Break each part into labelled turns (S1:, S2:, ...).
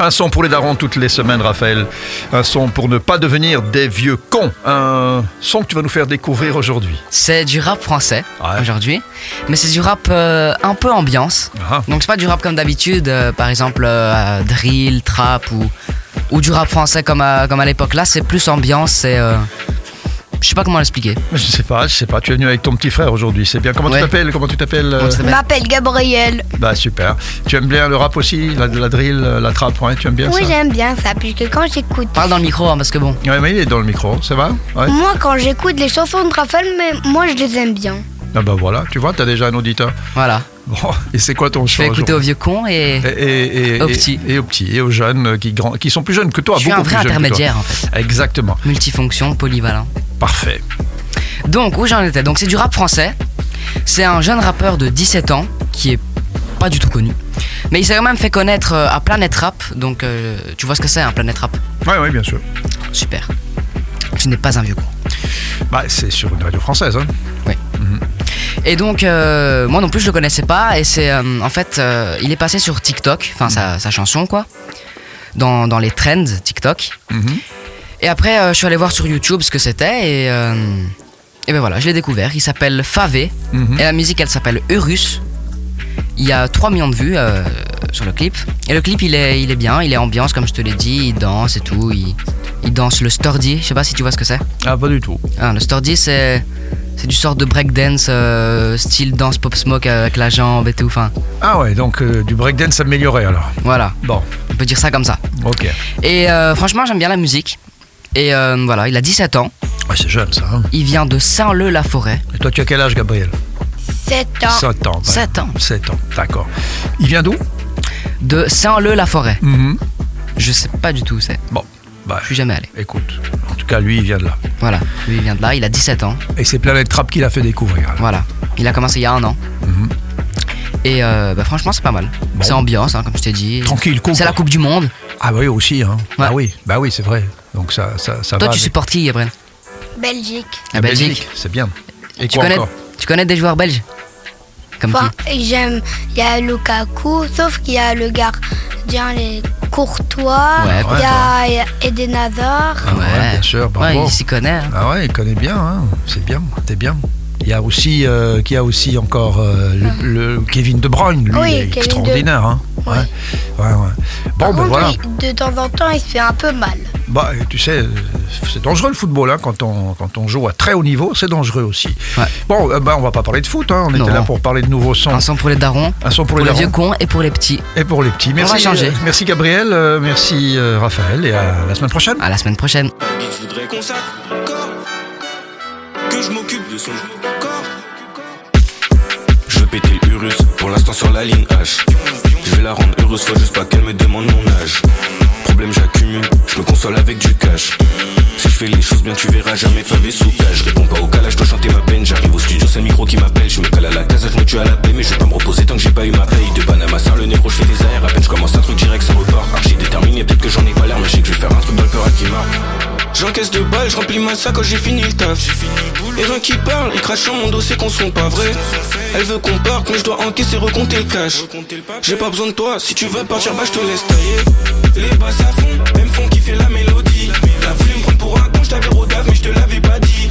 S1: Un son pour les darons toutes les semaines, Raphaël. Un son pour ne pas devenir des vieux cons. Un son que tu vas nous faire découvrir aujourd'hui.
S2: C'est du rap français
S1: Ouais.
S2: aujourd'hui, mais c'est du rap euh, un peu ambiance.
S1: Ah,
S2: Donc c'est pas du rap comme d'habitude, euh, par exemple euh, euh, drill, trap ou, ou du rap français comme à, comme à l'époque. Là, c'est plus ambiance, c'est. euh, je sais pas comment l'expliquer.
S1: je sais pas, je sais pas. Tu es venu avec ton petit frère aujourd'hui, c'est bien. Comment
S2: Ouais.
S1: tu t'appelles Comment tu t'appelles euh,
S2: Comment tu
S3: Je
S2: t'appelles
S3: m'appelle Gabriel.
S1: Bah super. Tu aimes bien le rap aussi, la, la drill, euh, la trappe, ouais, tu aimes bien
S3: Oui,
S1: ça.
S3: j'aime bien ça, puisque quand j'écoute.
S2: Parle dans le micro hein, parce que bon.
S1: Ouais, mais il est dans le micro, ça va Ouais.
S3: Moi, quand j'écoute les chansons de Raphaël, mais moi, je les aime bien.
S1: Ah bah voilà, tu vois, t'as déjà un auditeur.
S2: Voilà,
S1: Bon, et c'est quoi ton
S2: je
S1: choix
S2: vais écouter
S1: aujourd'hui
S2: aux vieux cons et
S1: et, et- et-
S2: aux
S1: et-
S2: petits.
S1: Et aux petits, et aux jeunes euh, qui, grand- qui sont plus jeunes que toi.
S2: je suis
S1: beaucoup
S2: un vrai
S1: plus jeunes que toi.
S2: intermédiaire en fait,
S1: Exactement.
S2: multifonction, polyvalent.
S1: Parfait.
S2: Donc où j'en étais Donc c'est du rap français. C'est un jeune rappeur de 17 ans qui est pas du tout connu, mais il s'est quand même fait connaître euh, à Planet Rap. Donc euh, tu vois ce que c'est un Planet Rap
S1: Oui, oui, bien sûr.
S2: Super. Je n'ai pas un vieux con.
S1: Bah, c'est sur une radio française. Hein.
S2: Et donc, euh, moi non plus, je le connaissais pas. Et c'est, euh, en fait, euh, il est passé sur TikTok, enfin sa, sa chanson, quoi, dans, dans les trends TikTok.
S1: Mhm.
S2: Et après, euh, je suis allé voir sur YouTube ce que c'était. Et, euh, et ben voilà, je l'ai découvert. Il s'appelle Favé.
S1: Mhm.
S2: Et la musique, elle s'appelle Eurus. Il y a 3 millions de vues euh, sur le clip. Et le clip, il est, il est bien, il est ambiance, comme je te l'ai dit. Il danse et tout. Il, il danse le Stordy. Je sais pas si tu vois ce que c'est.
S1: Ah, pas du tout.
S2: Ah, le Stordy, c'est. C'est du sort de breakdance, euh, style danse pop smoke euh, avec la jambe et tout. Enfin,
S1: Ah ouais, donc euh, du breakdance amélioré alors.
S2: voilà,
S1: Bon,
S2: on peut dire ça comme ça.
S1: ok.
S2: Et euh, franchement, j'aime bien la musique. Et euh, voilà, il a 17 ans.
S1: Ouais, c'est jeune ça. hein.
S2: Il vient de Saint-Leu-la-Forêt.
S1: Et toi, tu as quel âge, Gabriel
S3: 7 ans.
S1: 7 ans.
S2: 7 Ah, ans.
S1: 7 ans, d'accord. Il vient d'où
S2: De Saint-Leu-la-Forêt.
S1: Mhm.
S2: Je sais pas du tout où c'est.
S1: Bon, bah,
S2: Je suis jamais allé.
S1: écoute. En tout cas, lui, il vient de là.
S2: Voilà, lui il vient de là. Il a 17 ans.
S1: Et c'est Planète Trap qui l'a fait découvrir. alors.
S2: Voilà. Il a commencé il y a un an.
S1: Mhm.
S2: Et euh, bah, franchement, c'est pas mal.
S1: Bon.
S2: C'est ambiance, hein, comme je t'ai dit.
S1: Tranquille, cool.
S2: C'est la Coupe du Monde.
S1: Ah bah oui, aussi. Hein. Bah
S2: Ouais.
S1: oui, bah oui, c'est vrai. Donc ça, ça, ça
S2: Toi,
S1: va
S2: tu
S1: bah, avec
S2: supportes qui, Gabriel
S3: Belgique.
S2: La Belgique.
S1: C'est bien. Et
S2: Tu
S1: quoi
S2: connais,
S1: encore
S2: tu connais des joueurs belges Comme
S3: Enfin,
S2: qui
S3: j'aime. Il y a Lukaku, sauf qu'il y a le gardien, les Courtois.
S2: Ouais,
S3: Il y a- il y a Eden Hazard.
S1: Ah ouais, bien sûr, bravo.
S2: Ouais, il s'y connaît. hein.
S1: Ah ouais, il connaît bien, hein. c'est bien, t'es bien. Il y a aussi, euh, qui a aussi encore euh, le, le Kevin De Bruyne, lui,
S3: Oui,
S1: il est
S3: Kevin De- Ah
S1: extraordinaire. Hein. Ouais. Ouais, ouais. Bon,
S3: Par
S1: ben
S3: contre,
S1: voilà.
S3: il- de temps en temps, il se fait un peu mal.
S1: Bah, tu sais, euh, c'est dangereux le football, hein, quand, on, quand on joue à très haut niveau, c'est dangereux aussi.
S2: Ouais.
S1: Bon, euh, bah, on va pas parler de foot, hein. on
S2: Non.
S1: était là pour parler de nouveaux sons.
S2: Un son pour les darons,
S1: Un son pour,
S2: pour
S1: les
S2: les vieux
S1: darons
S2: cons et pour les petits.
S1: et pour les petits. Merci,
S2: va changer.
S1: euh, merci Gabriel, euh, merci euh, Raphaël, et à la semaine prochaine.
S2: À la semaine prochaine.
S4: Je voudrais qu'on s'accorde Que je m'occupe de son corps Je veux péter le Urus, pour l'instant sur la ligne H Je vais la rendre heureuse, faut juste pas qu'elle me demande mon âge Problème j'accumule, je me console avec du cash Si je fais les choses bien tu verras jamais Fabé sous cage Je réponds pas au calage, je dois chanter ma peine J'arrive au studio, c'est le micro qui m'appelle Je me cale à la case, je me tue à la paix Mais je vais pas me reposer tant que j'ai pas eu ma paye De Panama, ça le négro, je fais des airs À peine je commence un truc direct, ça repart Archi déterminé, peut-être que j'en ai pas l'air Mais je sais que je vais faire un truc dans le peur à qui marque J'encaisse deux balles, je remplis ma sac quand j'ai fini le taf. Et rien qui parle, il crache sur mon dos, c'est qu'on sont pas vrai. Elle veut qu'on parte, mais je dois encaisser, recompter le cash. J'ai pas besoin de toi, si tu veux partir, bah je te laisse tailler. Les basses à fond, même font kiffer la mélodie. T'as voulu me prendre pour un con, je t'avais rodave, mais je te l'avais pas dit.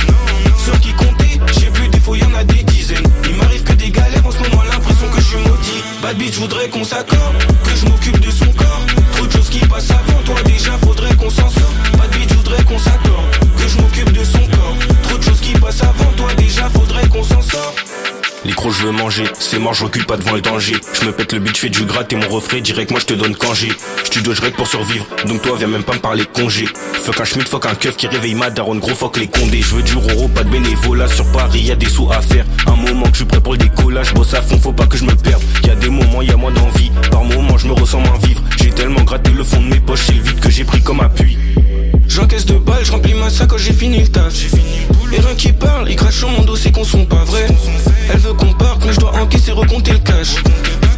S4: Ceux qui comptaient, j'ai plus des faux, y'en a des dizaines. Il m'arrive que des galères en ce moment, l'impression que je suis maudit. Bad bitch, voudrais qu'on s'accorde, que je m'occupe de son corps. Trop de choses qui passent avant toi, déjà faudrait qu'on s'en sorte. Bad bitch, voudrais qu'on s'accorde, que je m'occupe de son corps. Trop de choses qui passent avant toi, déjà faudrait qu'on s'en sorte. Les crocs, je veux manger, c'est mort, je recule pas devant le danger. Je me pète le bitch, fais du gratte et mon refrain direct, moi je te donne congé. Je te dois, je règle pour survivre, donc toi viens même pas me parler de congé. Fuck un schmick, fuck un keuf qui réveille ma daronne, gros fuck les condés. Je veux du roro, pas de bénévolat sur Paris, y a des sous à faire. Un moment que je suis prêt pour le décollage, bosse à fond, faut pas que je me perde. Y a des moments, y a moins d'envie, par moments je me ressens moins vivre. J'ai tellement gratté le fond de mes poches, c'est le vide que j'ai pris comme appui. J'encaisse deux balles, je remplis ma sac quand j'ai fini le taf. Et rien qui parle, ils crachent sur mon dos, c'est qu'on sont pas vrai. Elle veut qu'on parte, mais je dois encaisser, recompter le cash.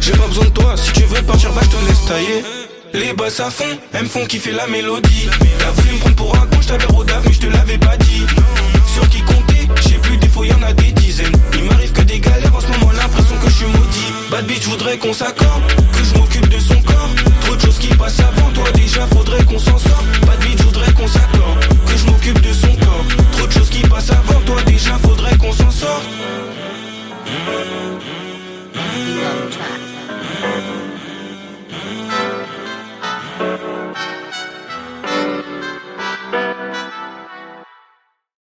S4: J'ai pas besoin de toi, si tu veux partir, bah je te laisse tailler. Les basses à fond, elles me font kiffer la mélodie T'as voulu me prendre pour un con, j't'avais rodave mais je te l'avais pas dit Sur qui compter, j'ai plus des fois y'en a des dizaines Il m'arrive que des galères en ce moment l'impression que je suis maudit Bad bitch voudrais qu'on s'accorde, que je m'occupe de son corps Trop de choses qui passent avant toi déjà faudrait qu'on s'en sorte Bad bitch voudrais qu'on s'accorde, que je m'occupe de son corps Trop de choses qui passent avant toi déjà faudrait qu'on s'en sorte